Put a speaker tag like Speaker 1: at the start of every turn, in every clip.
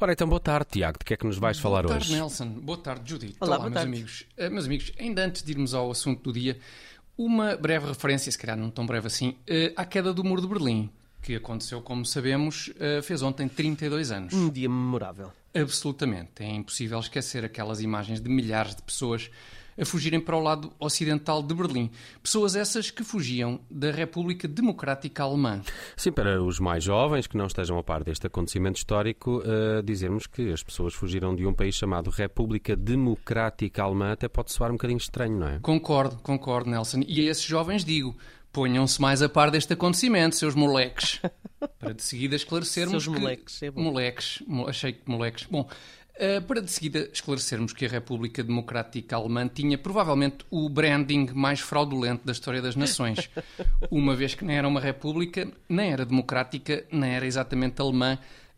Speaker 1: Ora, então boa tarde, Tiago. De que é que nos vais falar
Speaker 2: Boa tarde,
Speaker 1: hoje?
Speaker 2: Nelson. Boa tarde, Judith.
Speaker 3: Olá, boa
Speaker 2: meus
Speaker 3: tarde.
Speaker 2: amigos. Eh, meus amigos, ainda antes de irmos ao assunto do dia, uma breve referência, se calhar não tão breve assim, eh, à queda do Muro de Berlim, que aconteceu, como sabemos, eh, fez ontem 32 anos.
Speaker 3: Um dia memorável.
Speaker 2: Absolutamente. É impossível esquecer aquelas imagens de milhares de pessoas a fugirem para o lado ocidental de Berlim. Pessoas essas que fugiam da República Democrática Alemã.
Speaker 1: Sim, para os mais jovens que não estejam a par deste acontecimento histórico, eh, dizermos que as pessoas fugiram de um país chamado República Democrática Alemã até pode soar um bocadinho estranho, não é?
Speaker 2: Concordo, concordo, Nelson. E a esses jovens digo: ponham-se mais a par deste acontecimento, seus moleques. Para de seguida esclarecermos.
Speaker 3: Seus
Speaker 2: que-
Speaker 3: moleques, é bom.
Speaker 2: Moleques, mo- achei que moleques. Bom, ah, para de seguida esclarecermos que a República Democrática Alemã tinha provavelmente o branding mais fraudulento da história das nações. Uma vez que nem era uma república, nem era democrática, nem era exatamente alemã.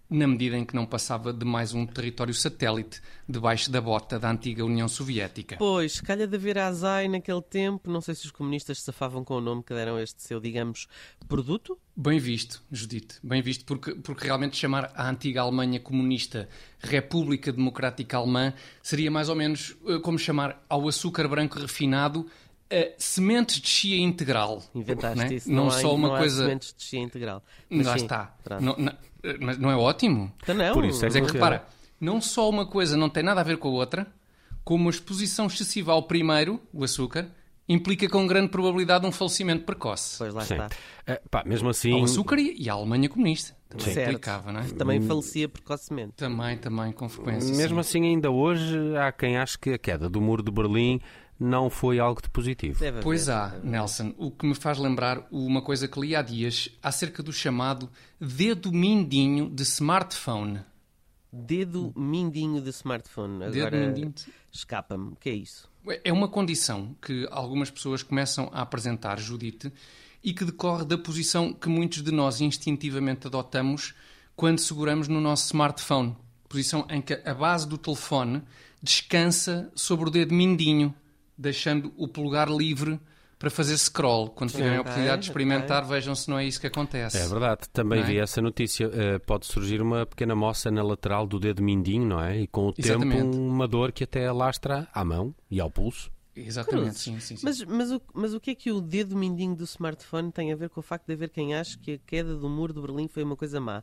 Speaker 2: Na medida em que não passava de mais um território satélite debaixo da bota da antiga União Soviética.
Speaker 3: Pois, calha de haver azai naquele tempo. Não sei se os comunistas se safavam com o nome que deram a este seu, digamos, produto.
Speaker 2: Bem visto, Judite, bem visto, porque, porque realmente chamar a antiga Alemanha comunista República Democrática Alemã seria mais ou menos eh, como chamar ao açúcar branco refinado a sementes de chia integral.
Speaker 3: Inventaste
Speaker 2: Né?
Speaker 3: isso.
Speaker 2: Não,
Speaker 3: há-
Speaker 2: só uma
Speaker 3: não há
Speaker 2: coisa.
Speaker 3: sementes de chia integral. Mas
Speaker 2: Lá
Speaker 3: sim,
Speaker 2: está.
Speaker 3: pronto.
Speaker 2: Não, não- eh, mas não é ótimo?
Speaker 3: Então não.
Speaker 1: Por isso é
Speaker 2: Mas é que
Speaker 1: Ok.
Speaker 2: repara, não só uma coisa não tem nada a ver com a outra, como a exposição excessiva ao primeiro, o açúcar, implica com grande probabilidade um falecimento precoce.
Speaker 3: Pois lá
Speaker 1: Sim.
Speaker 3: está.
Speaker 1: Eh, pá, mesmo assim.
Speaker 2: Ao açúcar e e à Alemanha comunista. Também
Speaker 3: Certo.
Speaker 2: implicava, não é?
Speaker 3: Também falecia precocemente.
Speaker 2: Também, também, com frequência.
Speaker 1: Mesmo
Speaker 2: sim.
Speaker 1: assim, ainda hoje há quem ache que a queda do muro de Berlim não foi algo de positivo.
Speaker 3: Deve
Speaker 2: Pois
Speaker 3: haver.
Speaker 2: há, Nelson, o que me faz lembrar uma coisa que li há dias acerca do chamado dedo mindinho de smartphone.
Speaker 3: Dedo mindinho de smartphone.
Speaker 2: Dedo
Speaker 3: Agora
Speaker 2: mindinho. de-
Speaker 3: escapa-me. O que é isso?
Speaker 2: É uma condição que algumas pessoas começam a apresentar, Judite, e que decorre da posição que muitos de nós instintivamente adotamos quando seguramos no nosso smartphone. Posição em que a base do telefone descansa sobre o dedo mindinho, deixando o polegar livre para fazer scroll. Quando tiverem a
Speaker 3: Ok,
Speaker 2: oportunidade de
Speaker 3: ok.
Speaker 2: experimentar, vejam se não é isso que acontece.
Speaker 1: É verdade, também
Speaker 2: Não é?
Speaker 1: vi essa notícia. Eh, pode surgir uma pequena moça na lateral do dedo mindinho, não é? E com o tempo
Speaker 2: Exatamente.
Speaker 1: uma dor que até lastra à mão e ao pulso.
Speaker 2: Exatamente, sim, sim, sim.
Speaker 3: Mas, mas, o, mas o que é que o dedo mindinho do smartphone tem a ver com o facto de haver quem ache que a queda do muro de Berlim foi uma coisa má?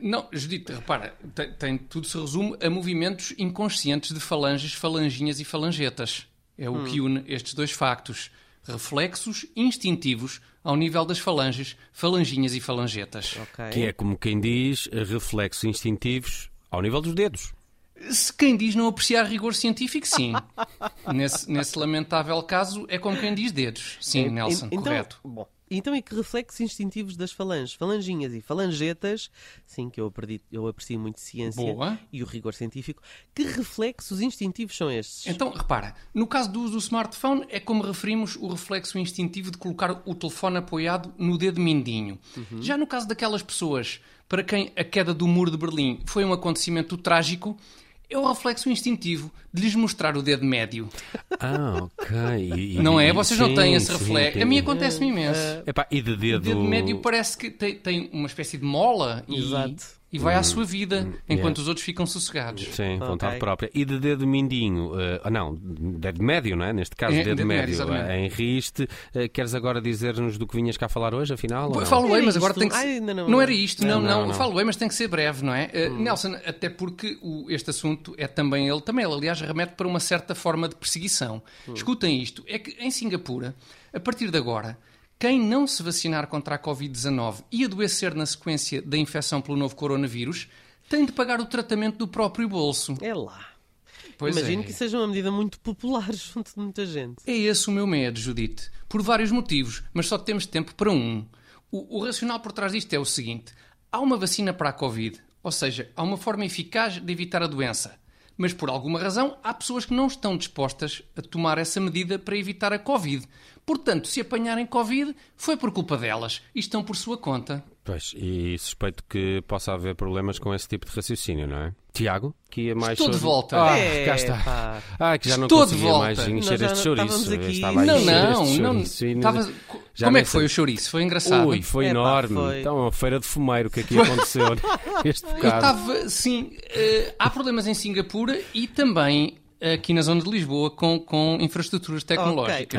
Speaker 2: Não, Judite, repara, tem, tem- tudo se resume a movimentos inconscientes de falanges, falanginhas e falangetas. É o que
Speaker 3: Hum.
Speaker 2: une estes dois factos. Reflexos instintivos ao nível das falanges, falanginhas e falangetas.
Speaker 3: Ok.
Speaker 1: Que é como quem diz, eh, reflexos instintivos ao nível dos dedos.
Speaker 2: Se quem diz não apreciar rigor científico, sim. nesse, nesse lamentável caso, é como quem diz dedos. Sim, Nelson,
Speaker 3: então,
Speaker 2: correto.
Speaker 3: Bom, então e que reflexos instintivos das falanges, falanginhas e falangetas, sim, que eu, acredito, eu aprecio muito ciência
Speaker 2: Boa.
Speaker 3: e o rigor científico, que reflexos instintivos são estes?
Speaker 2: Então, repara, no caso do uso do smartphone, é como referimos o reflexo instintivo de colocar o telefone apoiado no dedo mindinho.
Speaker 1: Uhum.
Speaker 2: Já no caso daquelas pessoas para quem a queda do muro de Berlim foi um acontecimento trágico, é o reflexo instintivo de lhes mostrar o dedo médio.
Speaker 1: Ah, ok. E- e-
Speaker 2: não é?
Speaker 1: e-
Speaker 2: Vocês
Speaker 1: sim,
Speaker 2: não têm esse
Speaker 1: sim,
Speaker 2: reflexo.
Speaker 1: sim. É,
Speaker 2: A mim acontece-me imenso.
Speaker 1: Epá, e de dedo.
Speaker 2: O dedo médio parece que tem, tem uma espécie de mola e,
Speaker 3: Exato.
Speaker 2: e vai à sua vida, enquanto
Speaker 1: Hum, yeah.
Speaker 2: os outros ficam sossegados.
Speaker 1: Sim, vontade
Speaker 3: Ok.
Speaker 1: própria. E de dedo mindinho, eh, ah, não, dedo médio, não é? Neste caso,
Speaker 2: É,
Speaker 1: dedo,
Speaker 2: dedo médio,
Speaker 1: médio,
Speaker 2: exatamente.
Speaker 1: eh, em riste. Eh, queres agora dizer-nos do que vinhas cá falar hoje, afinal? ou
Speaker 2: Eu
Speaker 1: não?
Speaker 2: falo bem,
Speaker 3: Era
Speaker 2: mas agora
Speaker 3: isto.
Speaker 2: tem que ser...
Speaker 3: Ai,
Speaker 2: não,
Speaker 3: não, não,
Speaker 2: era isto, não,
Speaker 1: Não,
Speaker 2: não.
Speaker 1: não, não.
Speaker 2: Falo bem, mas tem que ser breve, não é? Eh, Nelson, até porque o- este assunto é também ele, também ele, aliás, remete para uma certa forma de perseguição. Escutem isto, é que em Singapura, a partir de agora, quem não se vacinar contra a Covid-19 e adoecer na sequência da infecção pelo novo coronavírus, tem de pagar o tratamento do próprio bolso.
Speaker 3: É lá.
Speaker 2: Então- Pois
Speaker 3: Imagino
Speaker 2: é.
Speaker 3: que seja uma medida muito popular junto de muita gente.
Speaker 2: É esse o meu medo, Judite. Por vários motivos, mas só temos tempo para um. O, o racional por trás disto é o seguinte: há uma vacina para a Covid, ou seja, há uma forma eficaz de evitar a doença. Mas por alguma razão, há pessoas que não estão dispostas a tomar essa medida para evitar a Covid. Portanto, se apanharem Covid, foi por culpa delas e estão por sua conta.
Speaker 1: Pois, e suspeito que possa haver problemas com esse tipo de raciocínio, não é? Tiago, que ia mais.
Speaker 2: Estou de
Speaker 1: sobre-
Speaker 2: volta.
Speaker 1: Ah,
Speaker 3: É,
Speaker 1: cá está.
Speaker 3: pá.
Speaker 1: Ah, que já não
Speaker 2: Estou de
Speaker 1: conseguia
Speaker 2: volta.
Speaker 1: mais
Speaker 2: Nós
Speaker 1: encher
Speaker 3: já
Speaker 1: este
Speaker 3: não- estávamos
Speaker 1: chouriço.
Speaker 3: aqui-
Speaker 1: Estava a
Speaker 2: não,
Speaker 1: encher
Speaker 2: não,
Speaker 1: este
Speaker 2: não.
Speaker 1: chouriço e-
Speaker 2: Tava- co-
Speaker 1: Já
Speaker 2: Como é
Speaker 1: nem
Speaker 2: que foi
Speaker 1: sei.
Speaker 2: o chouriço? Foi engraçado.
Speaker 1: Ui, foi
Speaker 3: Epá,
Speaker 1: enorme.
Speaker 3: foi.
Speaker 1: Então, a feira de fumeiro, o que é que aconteceu neste
Speaker 2: Eu
Speaker 1: bocado?
Speaker 2: estava, sim, eh, há problemas em Singapura e também aqui na zona de Lisboa com, com infraestruturas
Speaker 3: Ok,
Speaker 2: tecnológicas.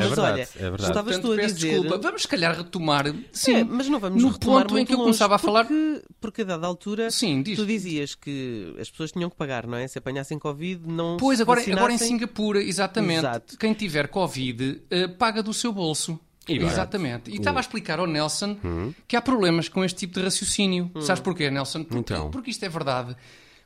Speaker 1: É
Speaker 3: mas
Speaker 1: verdade,
Speaker 3: olha,
Speaker 1: é verdade.
Speaker 3: estavas
Speaker 2: Portanto,
Speaker 3: tu a
Speaker 2: peço
Speaker 3: dizer...
Speaker 2: desculpa. Vamos, se calhar, retomar. Sim,
Speaker 3: É, mas não vamos
Speaker 2: No
Speaker 3: retomar
Speaker 2: ponto em
Speaker 3: muito
Speaker 2: que eu
Speaker 3: longe,
Speaker 2: começava a falar-
Speaker 3: Porque, porque a dada altura,
Speaker 2: Sim, diz.
Speaker 3: tu dizias que as pessoas tinham que pagar, não é? Se apanhassem Covid, não
Speaker 2: Pois,
Speaker 3: se
Speaker 2: agora, agora em
Speaker 3: vacinassem.
Speaker 2: Singapura, exatamente.
Speaker 3: Exato.
Speaker 2: Quem tiver Covid eh, paga do seu bolso.
Speaker 1: E barato.
Speaker 2: exatamente. E estava a explicar ao Nelson
Speaker 3: Hum.
Speaker 2: que há problemas com este tipo de raciocínio. Sabes porquê, Nelson? Porque,
Speaker 1: Então.
Speaker 2: porque isto é verdade.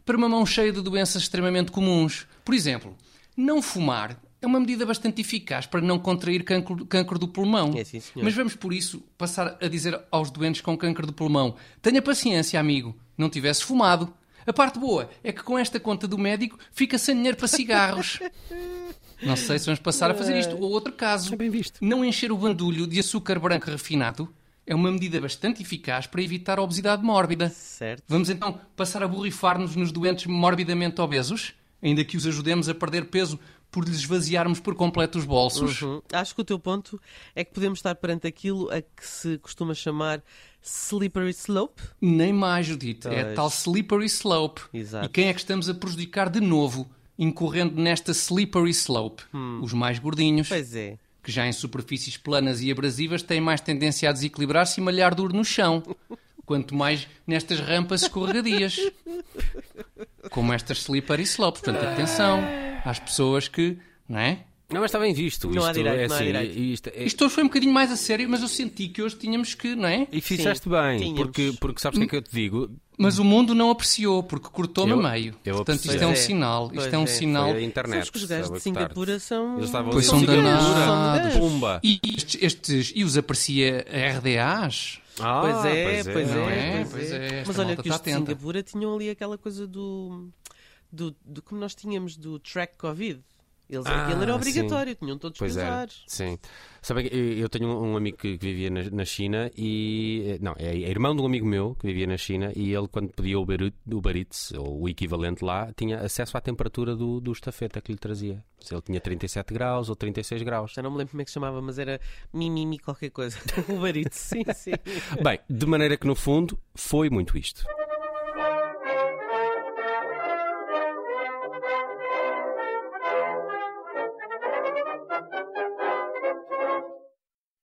Speaker 2: Para uma mão cheia de doenças extremamente comuns. Por exemplo, não fumar é uma medida bastante eficaz para não contrair cancro, cancro do pulmão.
Speaker 3: É, sim, senhor.
Speaker 2: Mas vamos, por isso, passar a dizer aos doentes com cancro do pulmão: tenha paciência, amigo, não tivesse fumado. A parte boa é que com esta conta do médico fica sem dinheiro para cigarros. Não sei se vamos passar a fazer isto. Ou outro caso:
Speaker 1: É bem visto.
Speaker 2: não encher o bandulho de açúcar branco refinado é uma medida bastante eficaz para evitar a obesidade mórbida.
Speaker 3: Certo.
Speaker 2: Vamos então passar a borrifar-nos nos doentes morbidamente obesos, ainda que os ajudemos a perder peso por lhes esvaziarmos por completo os bolsos.
Speaker 3: Uhum. Acho que o teu ponto é que podemos estar perante aquilo a que se costuma chamar slippery slope.
Speaker 2: Nem mais, Judite. É
Speaker 3: Pois.
Speaker 2: a tal slippery slope.
Speaker 3: Exato.
Speaker 2: E quem é que estamos a prejudicar de novo, incorrendo nesta slippery slope? Os mais gordinhos,
Speaker 3: Hum. Pois é.
Speaker 2: que já em superfícies planas e abrasivas têm mais tendência a desequilibrar-se e malhar duro no chão. Quanto mais nestas rampas escorregadias. Como estas slippery slopes. Portanto, atenção às pessoas que... Não é?
Speaker 1: Não, mas está bem visto.
Speaker 3: Não há
Speaker 1: Isto
Speaker 3: direito,
Speaker 1: é
Speaker 3: não há
Speaker 1: assim,
Speaker 3: direito.
Speaker 1: isto é-
Speaker 2: Isto hoje foi um bocadinho mais a sério, mas eu senti que hoje tínhamos que, não é?
Speaker 1: E fizeste
Speaker 3: Sim,
Speaker 1: bem,
Speaker 3: tínhamos.
Speaker 1: porque, porque sabes o que é que eu te digo?
Speaker 2: Mas o mundo não apreciou, porque cortou-me a
Speaker 1: Eu-
Speaker 2: meio.
Speaker 1: eu
Speaker 2: Portanto, isto
Speaker 1: apreciei.
Speaker 2: é um
Speaker 3: Pois é,
Speaker 2: sinal. Isto
Speaker 3: pois
Speaker 2: é um
Speaker 3: é,
Speaker 2: sinal.
Speaker 1: Foi a internet.
Speaker 3: Sabes que os gajos
Speaker 1: sabe,
Speaker 3: de
Speaker 1: que tarde.
Speaker 3: Singapura são-
Speaker 1: Eles estavam
Speaker 2: Pois
Speaker 1: ali,
Speaker 2: são
Speaker 1: Singapura,
Speaker 2: danados.
Speaker 1: Pumba!
Speaker 2: E estes, estes- e os aprecia a RDAs?
Speaker 1: Ah,
Speaker 3: pois é, pois é,
Speaker 2: Não é?
Speaker 3: pois
Speaker 2: Pois
Speaker 3: é.
Speaker 2: é, esta
Speaker 3: Mas olha
Speaker 2: malta
Speaker 3: que
Speaker 2: tá
Speaker 3: os de
Speaker 2: atenta.
Speaker 3: Singapura tinham ali aquela coisa do, do, do- como nós tínhamos do track Covid. Eles,
Speaker 1: Ah,
Speaker 3: aquilo era
Speaker 1: sim.
Speaker 3: obrigatório, tinham todos
Speaker 1: Pois
Speaker 3: que
Speaker 1: é,
Speaker 3: usar.
Speaker 1: sim. Sabem que eu eu tenho um um amigo que que vivia na, na China e. eh, Não, é, é irmão de um amigo meu que vivia na China e ele, quando pedia o Uber, Eats- Uber Eats, ou o equivalente lá, tinha acesso à temperatura do, do estafeta que lhe trazia. Se ele tinha 37 graus ou 36 graus.
Speaker 3: Já não me lembro como é que se chamava, mas era mimimi qualquer coisa. o barito, sim, sim.
Speaker 1: Bem, de maneira que no fundo foi muito isto.